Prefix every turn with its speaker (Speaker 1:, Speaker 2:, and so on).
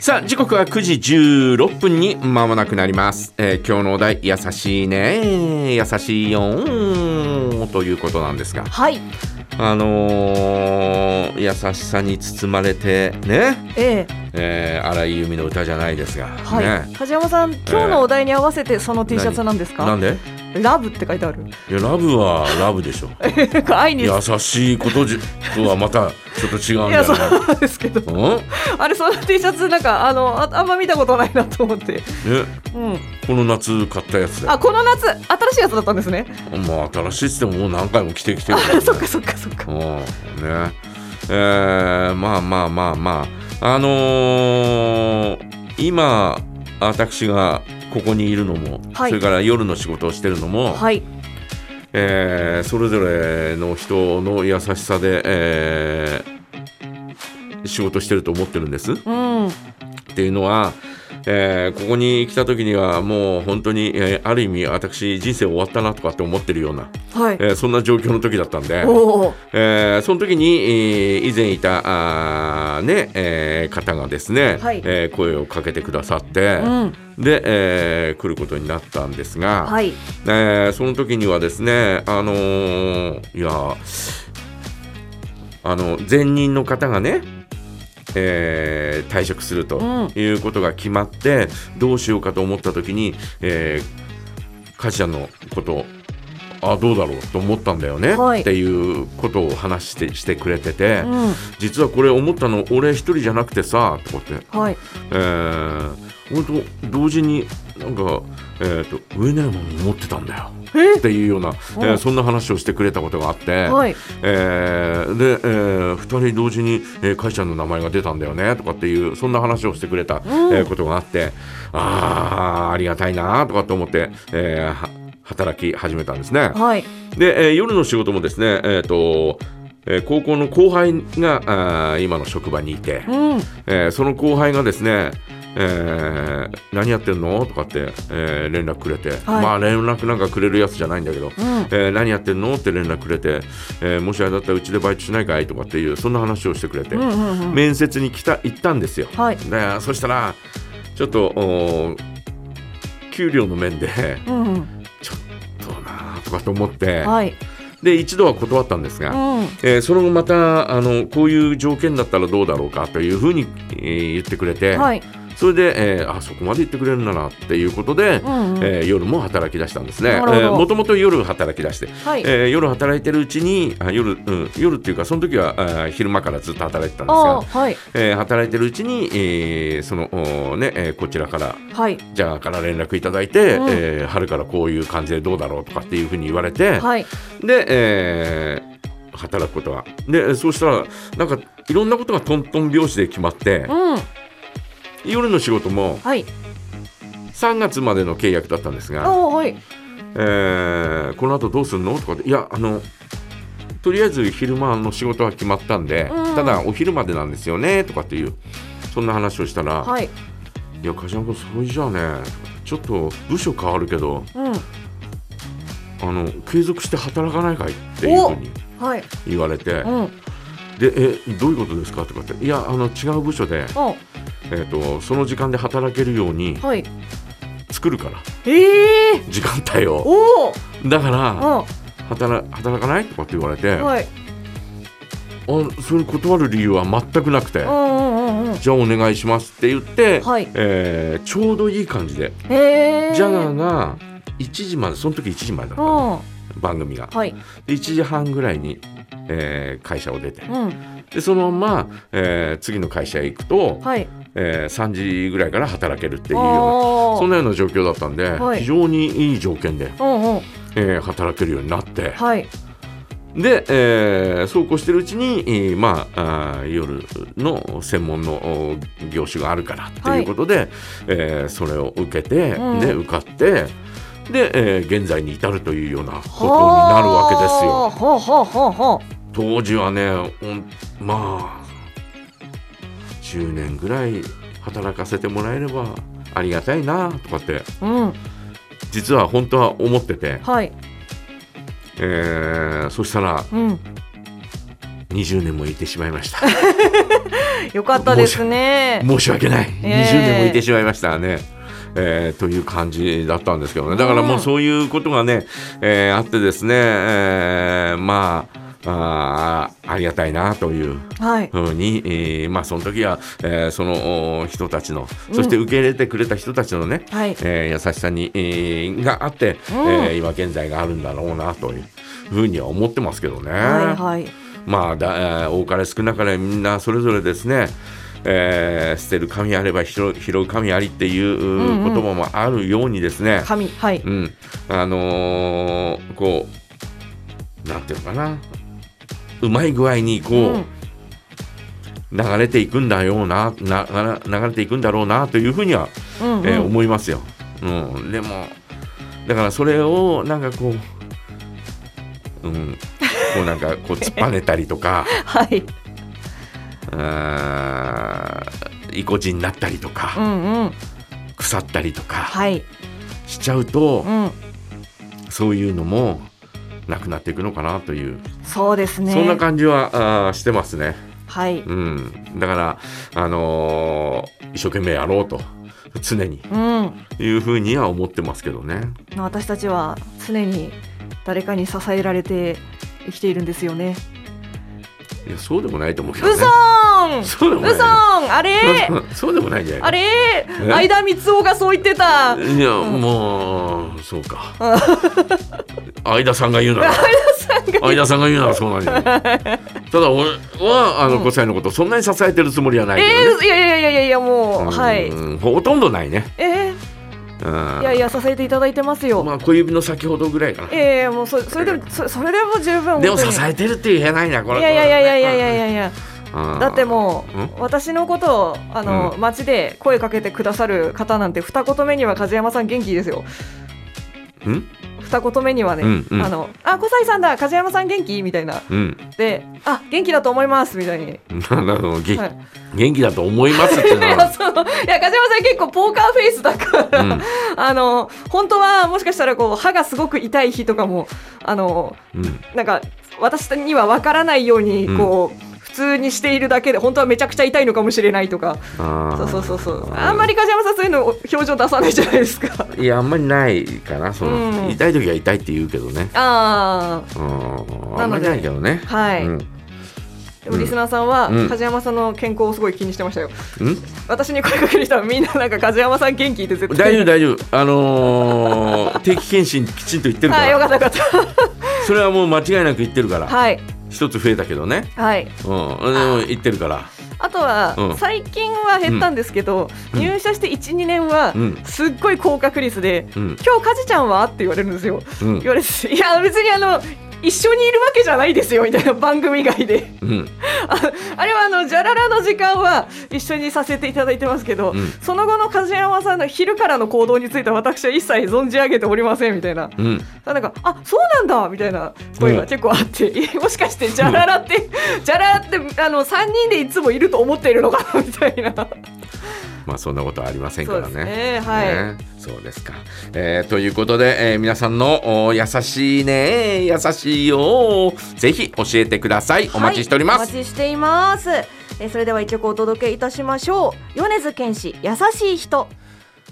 Speaker 1: さあ時刻は9時16分に間もなくなります、えー今日のお題「優しいね優しいよ」ということなんですが
Speaker 2: はい、
Speaker 1: あのー優しさに包まれてね、
Speaker 2: ええ
Speaker 1: えー、荒井由実の歌じゃないですが、
Speaker 2: はい、
Speaker 1: ね
Speaker 2: 梶山さん、今日のお題に合わせてその T シャツなんです
Speaker 1: な
Speaker 2: か
Speaker 1: んで
Speaker 2: ラブって書いてある
Speaker 1: いやラブはラブでしょ
Speaker 2: なんか愛にいや
Speaker 1: 優しいことじとはまたちょっと違うんだ
Speaker 2: そ
Speaker 1: よね
Speaker 2: うなんですけど
Speaker 1: うん
Speaker 2: あれその T シャツなんかあのああんま見たことないなと思って
Speaker 1: え
Speaker 2: うん
Speaker 1: この夏買ったやつで
Speaker 2: あこの夏新しいやつだったんですね
Speaker 1: まあ新しいっつってももう何回も着てきてるから
Speaker 2: あ
Speaker 1: ね
Speaker 2: そっかそっかそっか
Speaker 1: うんねえーまあまあまあまああのー今私がここにいるのも、
Speaker 2: はい
Speaker 1: それから夜の仕事をしてるのも、
Speaker 2: はい
Speaker 1: えーそれぞれの人の優しさで、えー仕事してると思ってるんです。
Speaker 2: うん
Speaker 1: っていうのは、えーここに来た時にはもう本当に、えーある意味私人生終わったなとかって思ってるような、
Speaker 2: はい
Speaker 1: えーそんな状況の時だったんで。
Speaker 2: おお
Speaker 1: えーその時に、えー以前いたあー、ねえー方がですね、
Speaker 2: はい
Speaker 1: えー声をかけてくださって
Speaker 2: う、ん
Speaker 1: で、えー来ることになったんですが、
Speaker 2: はい
Speaker 1: えーその時にはですね、あのーいやあの前任の方がね、えー退職すると
Speaker 2: うん
Speaker 1: いうことが決まって、どうしようかと思った時に、えー、カジちゃんのことあどうだろうと思ったんだよね、
Speaker 2: はい
Speaker 1: っていうことを話してしてくれてて、
Speaker 2: うん
Speaker 1: 実はこれ思ったの俺一人じゃなくてさとかって
Speaker 2: はい
Speaker 1: えー、本当同時になんか、えー、と上ネルマンも持ってたんだよっていうような、えー
Speaker 2: うん
Speaker 1: そんな話をしてくれたことがあって、
Speaker 2: はい
Speaker 1: えーで、え2人同時に、えー、かいちゃんの名前が出たんだよねとかっていうそんな話をしてくれた、
Speaker 2: ん
Speaker 1: えーことがあってあーありがたいなとかって思って、えーは働き始めたんですね。
Speaker 2: はい
Speaker 1: で、えー夜の仕事もですね、えーとえー高校の後輩があー今の職場にいて。
Speaker 2: うん
Speaker 1: えーその後輩がですね、えー何やってんのとかって、えー連絡くれて、まあ連絡なんかくれるやつじゃないんだけど、
Speaker 2: うん
Speaker 1: えー何やってんのって連絡くれて、えーもしあれだったらうちでバイトしないかいとかっていうそんな話をしてくれて、
Speaker 2: うんうんうん
Speaker 1: 面接に来た行ったんですよ。
Speaker 2: はい
Speaker 1: でそしたらちょっとおー給料の面で
Speaker 2: うんうん
Speaker 1: ちょっとなあとかと思って、
Speaker 2: はい
Speaker 1: で一度は断ったんですが、
Speaker 2: うん
Speaker 1: えーその後またあのこういう条件だったらどうだろうかというふうに、えー言ってくれて、
Speaker 2: はい
Speaker 1: それで、えーあそこまで言ってくれるんだなっていうことで、
Speaker 2: うんうん
Speaker 1: えー夜も働き出したんですね。え
Speaker 2: なるほど
Speaker 1: ーもともと夜働き出して、
Speaker 2: はい
Speaker 1: えー夜働いてるうちにあ夜、うん、夜っていうかその時はあー昼間からずっと働いてたんです
Speaker 2: あ
Speaker 1: が
Speaker 2: ー、はい
Speaker 1: えー働いてるうちに、えーそのおーね、えーこちらから
Speaker 2: はい
Speaker 1: じゃあから連絡いただいて、
Speaker 2: うん
Speaker 1: えー春からこういう感じでどうだろうとかっていうふうに言われて、
Speaker 2: はい
Speaker 1: で、えー働くことがでそうしたらなんかいろんなことがトントン拍子で決まって
Speaker 2: うん
Speaker 1: 夜の仕事も
Speaker 2: はい
Speaker 1: 3月までの契約だったんですが、
Speaker 2: おーはい
Speaker 1: えーこの後どうするのとかでいやあのとりあえず昼間の仕事は決まったんで、
Speaker 2: うん
Speaker 1: ただお昼までなんですよねとかっていうそんな話をしたら「
Speaker 2: はい
Speaker 1: い、や梶山君それじゃあねちょっと部署変わるけど
Speaker 2: うん
Speaker 1: あの継続して働かないかい?」っていうふうに
Speaker 2: はい
Speaker 1: 言われて
Speaker 2: うん
Speaker 1: 「でえどういうことですか?」とかって「いやあの違う部署で、
Speaker 2: お
Speaker 1: えー、とその時間で働けるように
Speaker 2: はい
Speaker 1: 作るから
Speaker 2: ええ
Speaker 1: 時間帯を
Speaker 2: おお
Speaker 1: だから
Speaker 2: うん
Speaker 1: 働働かない?」とかって言われて。
Speaker 2: はい。
Speaker 1: あそれ断る理由は全くなくて
Speaker 2: うんうんうんうん。
Speaker 1: じゃあお願いしますって言って、
Speaker 2: はい
Speaker 1: えーちょうどいい感じで、
Speaker 2: へえ。
Speaker 1: ジャ
Speaker 2: う
Speaker 1: ガー
Speaker 2: ん。
Speaker 1: が1時までその時1時までだったの
Speaker 2: は
Speaker 1: 番組が
Speaker 2: い。
Speaker 1: で1時半ぐらいに、えー会社を出て
Speaker 2: うん。
Speaker 1: でそのまま、えー次の会社へ行くと、
Speaker 2: はい。
Speaker 1: えー3時ぐらいから働けるっていうよう
Speaker 2: あ
Speaker 1: な
Speaker 2: あ。
Speaker 1: そんなような状況だったんで、
Speaker 2: はい
Speaker 1: 非常にいい条件で、
Speaker 2: うんうん。
Speaker 1: えー働けるようになって、
Speaker 2: はい。
Speaker 1: で、えーそうこうしてるうちに、えーまあ、あー夜の専門のお業種があるからっていうことで、えーそれを受けて、
Speaker 2: うん
Speaker 1: で受かってで、えー現在に至るというようなことになるわけですよ。
Speaker 2: はあはあはあは
Speaker 1: 当時はねほんまあ10年ぐらい働かせてもらえればありがたいなとかって
Speaker 2: あ。うん。
Speaker 1: 実は本当は思ってて、
Speaker 2: はい。
Speaker 1: えーそしたら
Speaker 2: うん。
Speaker 1: 20年もいてしまいました
Speaker 2: よかったですね。
Speaker 1: 申し訳ない、
Speaker 2: え
Speaker 1: 20年もいてしまいましたね。えーという感じだったんですけどねだからもうそういうことがね、えーあってですね、えーまああーありがたいなという
Speaker 2: はい。
Speaker 1: ふうに、えーまあその時は、えーそのお人たちのそして受け入れてくれた人たちのね、
Speaker 2: はい
Speaker 1: えー優しさに、えーがあって、
Speaker 2: うん
Speaker 1: えー今現在があるんだろうなというふうには思ってますけどね。
Speaker 2: はいはい。
Speaker 1: まあだえー多かれ少なかれみんなそれぞれですね、えー捨てる神あれば拾う拾う神ありっていう
Speaker 2: うんうん
Speaker 1: 言葉もあるようにですね、
Speaker 2: 神はい。
Speaker 1: うんあのーこうなんていうのかなうまい具合にこう、
Speaker 2: うん
Speaker 1: 流れていくんだようななな流れていくんだろうなというふうには、
Speaker 2: うんうん
Speaker 1: えー思いますよ。うん、でもだからそれをなんかこう、うん、こうなんかこう突っぱねたりと か。
Speaker 2: はい。
Speaker 1: あー意固地になったりと
Speaker 2: う
Speaker 1: か、
Speaker 2: んうん。
Speaker 1: 腐ったりとか
Speaker 2: はい。
Speaker 1: しちゃうと、
Speaker 2: うん。
Speaker 1: そういうのもなくなっていくのかなという、
Speaker 2: そうですね。
Speaker 1: そんな感じはあーしてますね。
Speaker 2: はい。
Speaker 1: うん、だから、あのー一生懸命やろうと常に
Speaker 2: うん。
Speaker 1: いうふうには思ってますけどね。
Speaker 2: 私たちは常に誰かに支えられて生きているんですよね。
Speaker 1: いやそうでもないと思うけど
Speaker 2: う
Speaker 1: ね
Speaker 2: そ。ーん。
Speaker 1: そうでも
Speaker 2: うそー。
Speaker 1: なん
Speaker 2: あれ
Speaker 1: い。そうそうでもないんじゃ
Speaker 2: あ
Speaker 1: ない
Speaker 2: れ相田光雄がそう言ってた。
Speaker 1: いや、もうそうか。相田さんが言うな ら。相田さんが言うならそうなんじゃないただ俺はあの
Speaker 2: うん
Speaker 1: 5歳のことそんなに支えてるつもりはない
Speaker 2: え
Speaker 1: けどね、
Speaker 2: ー、いやいやいやいやいやもう、はい。
Speaker 1: うんほとんどないね、
Speaker 2: え
Speaker 1: うん
Speaker 2: ー、いやいや支えていただいてますよ。
Speaker 1: まあ小指の先ほどぐらいかな
Speaker 2: ええもうそそれでもそそれでも十分
Speaker 1: でも支
Speaker 2: 本当に
Speaker 1: えてるって言えないなこれ
Speaker 2: いやいやいやいやいやいやいやいやだっても
Speaker 1: うん
Speaker 2: う私のことをあの、
Speaker 1: う
Speaker 2: 街で声かけてくださる方なんて二言目には風山さん元気ですよ
Speaker 1: うんうん
Speaker 2: 二言目にはね、
Speaker 1: うんうん
Speaker 2: あのあ小西さんだ風山さん元気みたいな
Speaker 1: うん、
Speaker 2: であ元気だと思いますみたいに、
Speaker 1: ななるほどげ
Speaker 2: はい、
Speaker 1: 元気だと思いますっていう
Speaker 2: い
Speaker 1: の
Speaker 2: や
Speaker 1: は、
Speaker 2: そのいや風山さん結構ポーカーフェイスだから、
Speaker 1: うん
Speaker 2: あの本当はもしかしたらこう歯がすごく痛い日とかもあの
Speaker 1: うん、
Speaker 2: なんか私には分からないようにこう、普通にしているだけで本当はめちゃくちゃ痛いのかもしれないとか
Speaker 1: あ
Speaker 2: そうそうそうそうあんま
Speaker 1: り
Speaker 2: り梶山さんそういうの表情出さないじゃないですか
Speaker 1: いやあんまりないかなその、
Speaker 2: うん
Speaker 1: 痛い時は痛いって言うけどね
Speaker 2: あ
Speaker 1: うんあんまりないけどね
Speaker 2: あはい、
Speaker 1: うん
Speaker 2: でもリスナーさんは、
Speaker 1: うん
Speaker 2: 梶山さんの健康をすごい気にしてましたよ
Speaker 1: うん
Speaker 2: 私に声かける人はみんななんか梶山さん元気って絶
Speaker 1: 大
Speaker 2: 対
Speaker 1: 丈夫大丈夫あのー 定期検診きちんと言ってるか
Speaker 2: はいよ
Speaker 1: ら
Speaker 2: かったよかっ
Speaker 1: それはもう間違いなく言ってるか
Speaker 2: た
Speaker 1: ら
Speaker 2: はい
Speaker 1: 一つ増えたけどね
Speaker 2: はい
Speaker 1: うんでも言ってるから
Speaker 2: あとは、
Speaker 1: うん
Speaker 2: 最近は減ったんですけど、
Speaker 1: うん
Speaker 2: 入社して12年は、
Speaker 1: うん
Speaker 2: すっごい高確率で「
Speaker 1: うん
Speaker 2: 今日梶ちゃんは?」って言われるんですよ
Speaker 1: うん
Speaker 2: 言われていや別にあの一緒にいるわけじゃないですよみたいな番組外で
Speaker 1: うん
Speaker 2: あ あれはあのじゃららの時間は一緒にさせていただいてますけど、
Speaker 1: うん
Speaker 2: その後の梶山さんの昼からの行動については私は一切存じ上げておりませんみたいな。
Speaker 1: うん
Speaker 2: なんかあそうなんだみたいな声が結構あって、えもしかしてじゃららってじゃららってあの3人でいつもいると思っているのかなみ たいな
Speaker 1: まあそんなことはありませんからね
Speaker 2: そうですねはい
Speaker 1: ねそうですか、えーということで、えー皆さんのお優しいね優しいよぜひ教えてくださいお待ちしております、
Speaker 3: お待ちしています。えーそれでは一曲お届けいたしましょう。米津玄師優しい人。